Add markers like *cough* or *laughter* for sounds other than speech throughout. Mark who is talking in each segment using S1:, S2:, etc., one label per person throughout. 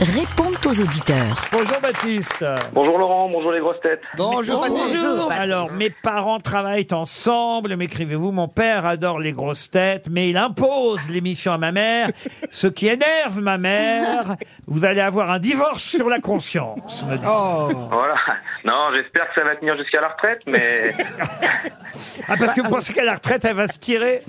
S1: répondent aux auditeurs.
S2: Bonjour Baptiste.
S3: Bonjour Laurent, bonjour les grosses têtes.
S2: Bonjour.
S4: Bonjour.
S2: Alors, mes parents travaillent ensemble, m'écrivez-vous, mon père adore les grosses têtes, mais il impose l'émission à ma
S5: *laughs*
S2: mère, ce qui énerve ma mère. Vous allez avoir un divorce sur la conscience, me dit.
S5: Oh.
S3: Voilà. Non, j'espère que ça va tenir jusqu'à la retraite,
S2: *laughs*
S3: mais
S2: Ah, parce que vous pensez qu'à la retraite, elle va se tirer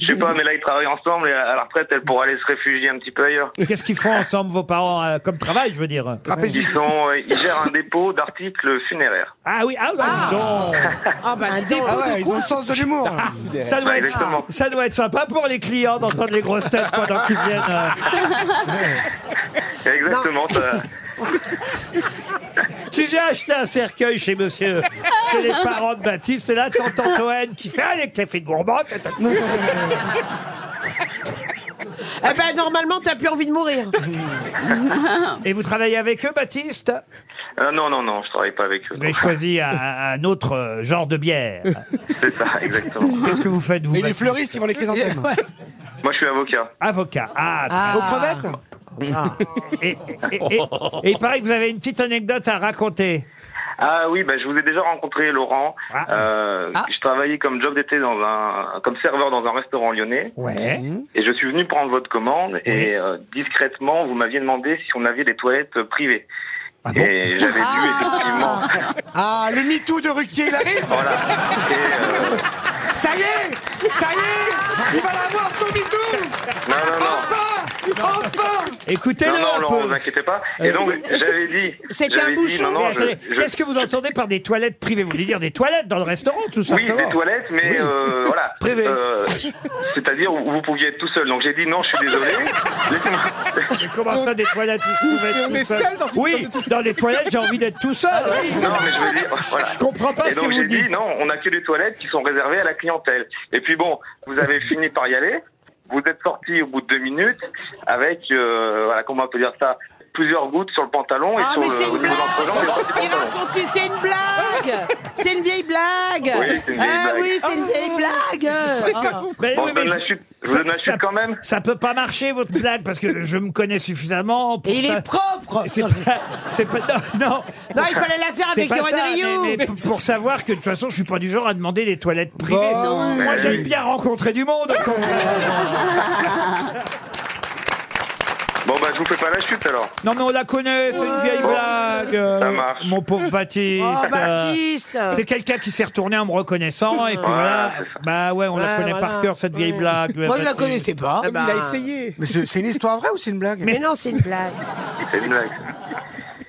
S3: je sais pas, mais là ils travaillent ensemble et à la retraite elle pourra aller se réfugier un petit peu ailleurs.
S2: Qu'est-ce qu'ils font ensemble, vos parents, euh, comme travail, je veux dire
S3: Ils sont, euh, ils gèrent un dépôt d'articles funéraires.
S2: Ah oui, ah, bah, dis donc.
S4: Un dépôt
S5: Ah
S4: de
S5: ouais, ils ont le sens de l'humour.
S2: Ça doit,
S3: Ouais,
S2: être,
S3: exactement.
S2: ça doit être sympa pour les clients d'entendre les grosses têtes pendant qu'ils viennent. euh,
S3: Exactement. ça-
S2: Tu viens acheter un cercueil chez monsieur, chez les parents de Baptiste, et là, t'entends Toen qui fait avec les de gourmand. tata-
S4: *laughs* Eh ben normalement t'as plus envie de mourir.
S2: *laughs* Et vous travaillez avec eux, Baptiste
S3: Ah, non, non, non, je travaille pas avec eux.
S2: Vous avez choisi un, un autre euh, genre de bière.
S3: *laughs* C'est ça,
S2: *laughs*
S3: exactement.
S2: Qu'est-ce que vous faites, vous
S5: Et les
S2: Baptiste
S5: fleuristes, ils vont les chrysanthèmes.
S3: Moi je suis avocat.
S2: Avocat. Ah,
S5: Aux crevettes
S2: Et, et, et, et il paraît que vous avez une petite anecdote à raconter.
S3: Ah oui, bah, je vous ai déjà rencontré Laurent.
S2: Ah.
S3: Euh, Je travaillais comme job d'été dans un, comme serveur dans un restaurant lyonnais
S2: Ouais.
S3: et je suis venu prendre votre commande et euh, discrètement vous m'aviez demandé si on avait des toilettes privées.
S2: Ah bon
S3: Et j'avais dû effectivement
S5: Ah, le MeToo de Ruquier, il arrive
S3: Voilà. Et, euh,
S5: Ça y est Ça y est Il va l'avoir, son MeToo
S3: Non, non, non.
S5: Enfin Enfin
S2: Écoutez-le
S3: Non, non,
S2: un
S3: Laurent,
S2: peu. Euh,
S3: vous inquiétez pas. Et donc, j'avais dit.
S4: C'était un
S3: j'avais dit,
S4: bouchon.
S3: non, non,
S2: Mais
S3: je-
S2: attendez,
S3: je-
S2: Qu'est-ce que vous entendez par des toilettes privées Vous voulez dire des toilettes dans le restaurant, tout
S3: Oui,
S2: simplement
S3: des toilettes, mais euh, voilà.
S2: Privé.
S3: Euh, C'est-à-dire où vous pouviez être tout seul. Donc j'ai dit non, je suis
S2: *laughs*
S3: désolé. Laissez-moi-
S2: Mais comment ça, des toilettes où je pouvais être tout seul Oui, dans les toilettes, j'ai envie d'être tout seul.
S3: Non, mais je veux dire, voilà.
S2: Je comprends pas
S3: Et
S2: ce que
S3: donc
S2: vous
S3: j'ai dit
S2: dites.
S3: non, on n'a que des toilettes qui sont réservées à la clientèle. Et puis bon, vous avez fini par y aller. Vous êtes sorti au bout de deux minutes avec, euh, voilà, comment on peut dire ça, plusieurs gouttes sur le pantalon et
S4: Ah
S3: sur
S4: mais
S3: le,
S4: c'est
S3: au
S4: une
S3: niveau l'entrejambe et sur le petit
S4: blague. Il
S3: pantalon.
S4: raconte que c'est une blague. C'est une vieille blague.
S3: Oui, c'est une vieille
S4: ah
S3: blague.
S4: oui c'est une vieille
S2: Oh.
S4: blague.
S2: Mais
S3: Bon,
S2: oui,
S3: je
S2: mais
S3: donne la chute, je vous
S2: ça-
S3: donne la
S2: ça-
S3: chute quand même.
S2: Ça peut pas marcher votre blague parce que je me connais suffisamment pour
S4: Et il
S2: ça-
S4: est propre.
S2: C'est pas, c'est pas non non.
S4: *laughs* Non il fallait la faire
S2: C'est
S4: avec
S2: pas
S4: Yoann
S2: ça,
S4: Rioux.
S2: mais- mais p- pour savoir que de toute façon, je suis pas du genre à demander des toilettes privées.
S5: Bah oui.
S2: Moi,
S3: Mais
S2: j'aime
S3: oui.
S2: bien rencontrer du monde. au contraire.
S3: Bon bah je vous fais pas la chute alors.
S2: non, mais on la connaît, c'est une vieille
S3: Bon,
S2: blague. euh,
S3: ça marche.
S2: Mon pauvre Baptiste.
S4: Oh
S2: euh,
S4: Baptiste.
S2: C'est quelqu'un qui s'est retourné en me reconnaissant et puis voilà.
S3: Voilà, c'est ça.
S2: Bah ouais, on la
S4: Ouais,
S2: connaît par
S4: voilà.
S2: cœur cette vieille
S4: Ouais.
S2: blague.
S4: Moi je la
S2: Baptiste.
S4: connaissais pas.
S5: Ah, mais il a
S4: essayé.
S5: Mais c'est c'est une histoire vraie ou c'est une blague
S4: bah. Mais non c'est une blague.
S3: C'est une blague.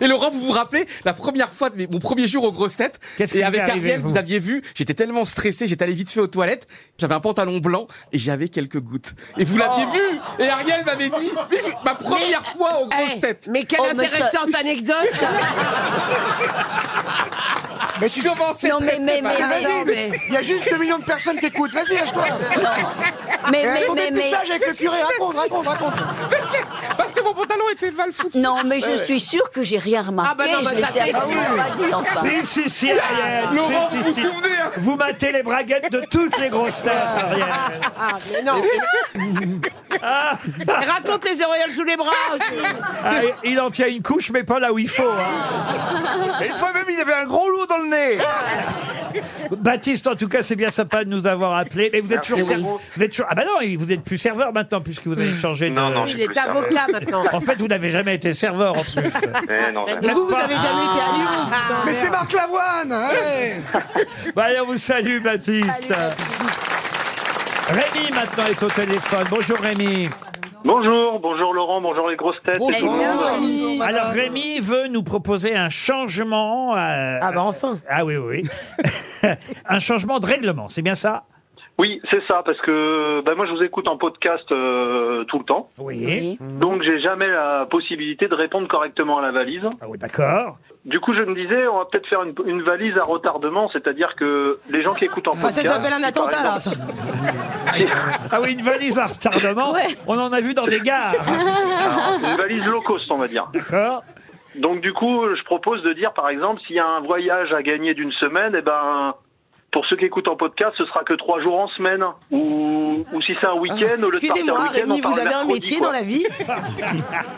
S6: Et Laurent, vous vous rappelez la première fois de mes- mon premier jour aux grosses têtes
S2: Qu'est-ce qui
S6: Et
S2: vous est
S6: avec
S2: arrivé,
S6: Ariel,
S2: vous
S6: vous, aviez vu, j'étais tellement stressé, j'étais allé vite fait aux toilettes, j'avais un pantalon blanc et j'avais quelques gouttes. Et vous l'aviez
S5: Oh.
S6: vu Et Ariel m'avait dit, mais ma première fois aux grosses
S4: Eh,
S6: têtes.
S4: Mais quelle
S7: Oh, mais ça-
S4: intéressante anecdote.
S5: Mais si-
S6: Comment c'est
S7: Non, mais,
S6: très,
S7: mais, mais,
S6: très mal.
S5: Ah,
S7: mais,
S5: vas-y, mais Il y a juste 2 millions de personnes qui écoutent. Vas-y, lâche-toi.
S7: mais,
S4: Eh,
S5: Et
S7: mais,
S5: ton
S7: mais, mais-
S5: dépistage avec le curé, raconte, raconte, raconte.
S6: *laughs* Parce que mon pantalon était mal foutu.
S7: non, mais je suis sûre que j'ai rien remarqué.
S4: Ah bah non, bah
S7: je l'ai
S4: ça fait
S7: certainement
S4: sûr.
S7: pas dit, enfin.
S2: Si, si, si, Ariel. si,
S6: Laurent,
S2: si,
S6: vous vous
S2: si.
S6: souvenez hein
S2: Vous matez les braguettes de toutes les grosses têtes, Ariel.
S4: Ah mais non. *laughs* Et raconte les auréoles sous les bras. aussi.
S2: Ah, il en tient une couche, mais pas là où il faut. hein.
S5: Et une fois même, il avait un gros loup dans le nez.
S2: Baptiste, en tout cas, c'est bien sympa de nous avoir appelés. Mais vous êtes
S3: Merci
S2: toujours,
S3: beaucoup.
S2: serveur- vous êtes toujours- Ah bah non, vous êtes plus serveur maintenant, puisque vous avez changé de...
S3: Non, non,
S4: Il
S3: je suis
S4: est
S3: plus serveur.
S4: avocat maintenant.
S2: En fait, vous n'avez jamais été serveur, en plus. Ah,
S3: Eh, non, jamais.
S4: Et vous, vous n'avez jamais été à Lyon Ah.
S5: Mais c'est Marc Lavoine. hein. allez.
S2: bah, allez, on vous salue, Baptiste. Rémi, maintenant, est au téléphone. Bonjour, Rémi.
S3: Bonjour, bonjour Laurent, bonjour les grosses têtes.
S4: Eh bien,
S5: Bonjour, madame.
S2: Alors, Rémi veut nous proposer un changement... euh,
S4: Ah bah enfin
S2: Ah oui, *laughs* oui. oui. un changement de règlement, c'est bien ça
S8: Oui, c'est ça, parce que bah, moi je vous écoute en podcast euh, tout le temps,
S2: Oui.
S8: donc j'ai jamais la possibilité de répondre correctement à la valise.
S2: Ah oui, d'accord.
S8: Du coup, je me disais, on va peut-être faire une, une valise à retardement, c'est-à-dire que les gens qui écoutent en
S4: Ah,
S8: podcast.
S4: ça s'appelle un attentat là ça.
S2: Ah oui, une valise à retardement. On en a vu dans des gares. hein,
S3: hein,
S8: Une valise low cost, on va dire.
S2: D'accord.
S8: Donc du coup, je propose de dire, par exemple, s'il y a un voyage à gagner d'une semaine, eh ben
S3: Pour ceux qui écoutent en podcast, ce sera que trois jours en semaine. Ou, ou si c'est un week-end, au lieu de partir le
S4: Ah, Excusez-moi,
S3: week-end, on
S4: Rémi,
S3: part
S4: vous
S3: le
S4: avez un
S3: mercredi,
S4: métier
S3: quoi.
S4: dans la vie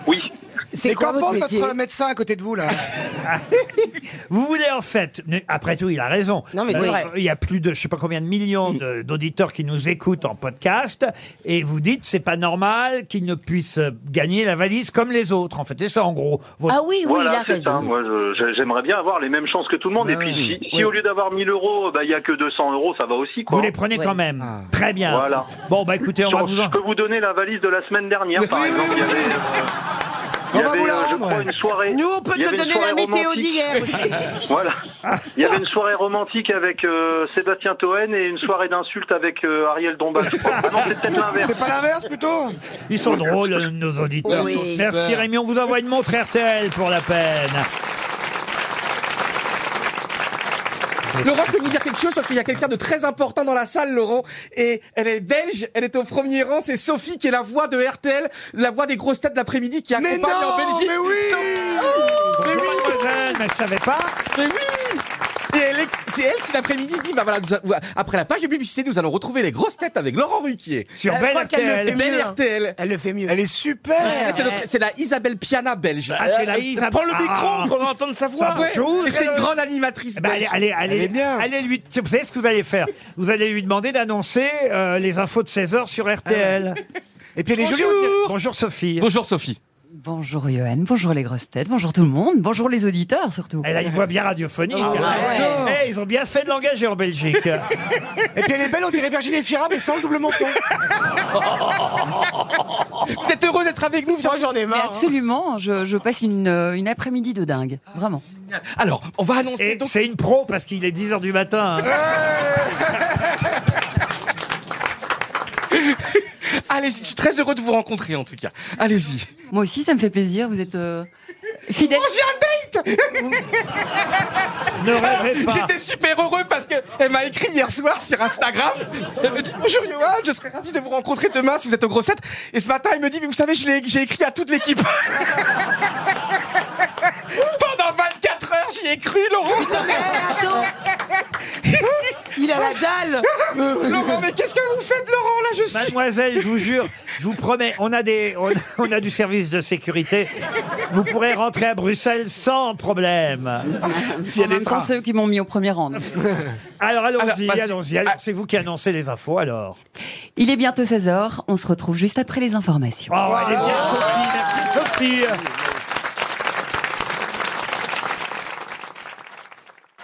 S3: Oui.
S4: C'est
S5: Mais
S4: quoi
S5: qu'en pense
S4: votre métier
S5: votre médecin à côté de vous, là
S2: Vous voulez en fait, mais après tout, il a raison. Euh,
S4: Non, mais c'est vrai.
S2: Il y a plus de, je sais pas combien de millions de- d'auditeurs qui nous écoutent en podcast, et vous dites c'est pas normal qu'ils ne puissent euh, gagner la valise comme les autres. En fait, c'est ça en gros. Votre-
S7: Ah oui, oui, il
S3: voilà,
S7: a
S3: c'est ça.
S7: raison.
S3: Moi, je- je- j'aimerais bien avoir les mêmes chances que tout le
S4: Ah
S3: monde. Et puis, si, si au lieu d'avoir 1000 euros, bah, il y a que 200 euros, ça va aussi, quoi.
S2: vous les prenez quand même. Très bien.
S3: Voilà.
S2: Bon bah écoutez, on va
S3: Sur-
S2: vous en.
S3: Je peux vous donner la valise de la semaine dernière, par
S5: Oui, oui,
S3: exemple. Il y
S5: oui,
S3: avait,
S5: oui.
S3: euh, il
S5: On
S3: y
S5: va
S3: avait,
S5: vous la
S3: euh, je
S5: rendre.
S3: crois, une soirée.
S4: Nous, on peut
S3: il y
S4: te
S3: avait une
S4: donner
S3: soirée
S4: la météo
S3: romantique. *laughs*
S4: d'hier.
S3: Voilà. Il y avait une soirée romantique avec euh, Sébastien Toen et une soirée d'insultes avec euh, Ariel Dombal. je crois. Ah non, c'est peut-être l'inverse.
S5: C'est pas l'inverse, plutôt
S2: Ils sont drôles, euh, nos auditeurs.
S7: Oui.
S2: Merci Rémi, on vous envoie une montre RTL pour la peine.
S6: Laurent, je peux vous dire quelque chose parce qu'il y a quelqu'un de très important dans la salle, Laurent. Et elle est belge, elle est au premier rang. C'est Sophie qui est la voix de RTL, la voix des grosses têtes de l'après-midi qui
S5: Mais
S6: accompagne
S5: non,
S6: en Belgique.
S5: mais oui
S6: Sophie.
S2: Bonjour,
S6: Mais oui
S2: mademoiselle, mais je savais pas.
S6: Mais oui et elle est- c'est elle qui l'après-midi dit, bah voilà, nous a- après la page de publicité, nous allons retrouver les grosses têtes avec Laurent Ruquier. Euh,
S2: Sur
S4: Elle
S2: Belle
S4: croit qu'elle le
S2: RTL.
S4: fait
S6: Belle
S4: mieux, hein.
S6: RTL.
S4: Elle le fait mieux.
S5: Elle est super
S6: Et Ah, c'est notre- C'est la Isabelle Piana belge.
S2: Ah, c'est la
S6: Elle- elle
S2: Isabelle-
S6: Bah, euh, Prends le
S2: Ah.
S6: micro qu'on entende sa voix.
S2: Ça, bonjour.
S6: Et c'est une grande animatrice
S2: Eh ben, allez,
S6: belge.
S2: allez, allez,
S5: Elle est bien.
S2: allez lui, tiens, vous savez ce que vous allez faire Vous allez lui demander d'annoncer euh, les infos de 16h sur RTL.
S5: Et puis elle est jolie, on dirait-
S6: Bonjour.
S2: Bonjour Sophie.
S6: Ah. Bonjour Sophie.
S9: Bonjour Johan, bonjour les grosses têtes, bonjour tout le monde, bonjour les auditeurs surtout.
S2: Elle a une voix bien radiophonique.
S4: Ah
S2: hein.
S4: ouais.
S2: Eh, ils ont bien fait de l'engager en
S6: *laughs*
S2: Belgique.
S5: Et puis elle est belle, on dirait Virginie Fira, mais sans le double menton.
S6: Vous êtes heureux d'être avec nous.
S4: Moi, j'en ai
S9: Mais
S4: marre. hein.
S9: absolument, je, je passe une, euh, une après-midi de dingue, vraiment.
S6: Alors, on va annoncer
S2: Et
S6: donc.
S2: c'est une pro parce qu'il est 10h du matin. hein.
S6: Allez-y, je suis très heureux de vous rencontrer en tout cas. Allez-y.
S9: Moi aussi, ça me fait plaisir, vous êtes euh, fidèles.
S2: ne rêvez pas.
S6: Ah. J'étais super heureux parce qu'elle m'a écrit hier soir sur Instagram. Elle me dit Bonjour Johan, je serais ravi de vous rencontrer demain si vous êtes aux grossettes. Et ce matin, elle me dit Mais vous savez, je l'ai- j'ai écrit à toute l'équipe. *laughs* Pendant 24 heures, j'y ai cru, Laurent.
S4: Mais attends. Il a la dalle.
S6: Laurent, mais qu'est-ce que vous faites, Laurent Là, je suis.
S2: Mademoiselle, je vous jure, je vous promets, on a des, on, on a du service de sécurité. Vous pourrez rentrer à Bruxelles sans problème.
S9: en même temps, c'est eux qui m'ont mis au premier rang. donc.
S2: Alors allons-y,
S6: Alors, vas-y.
S2: allons-y. allons- C'est vous qui annoncez les infos alors.
S9: Il
S6: Ah.
S9: est bientôt 16h, on se retrouve juste après les informations.
S2: Oh, elle est bien, Sophie. Merci, Sophie.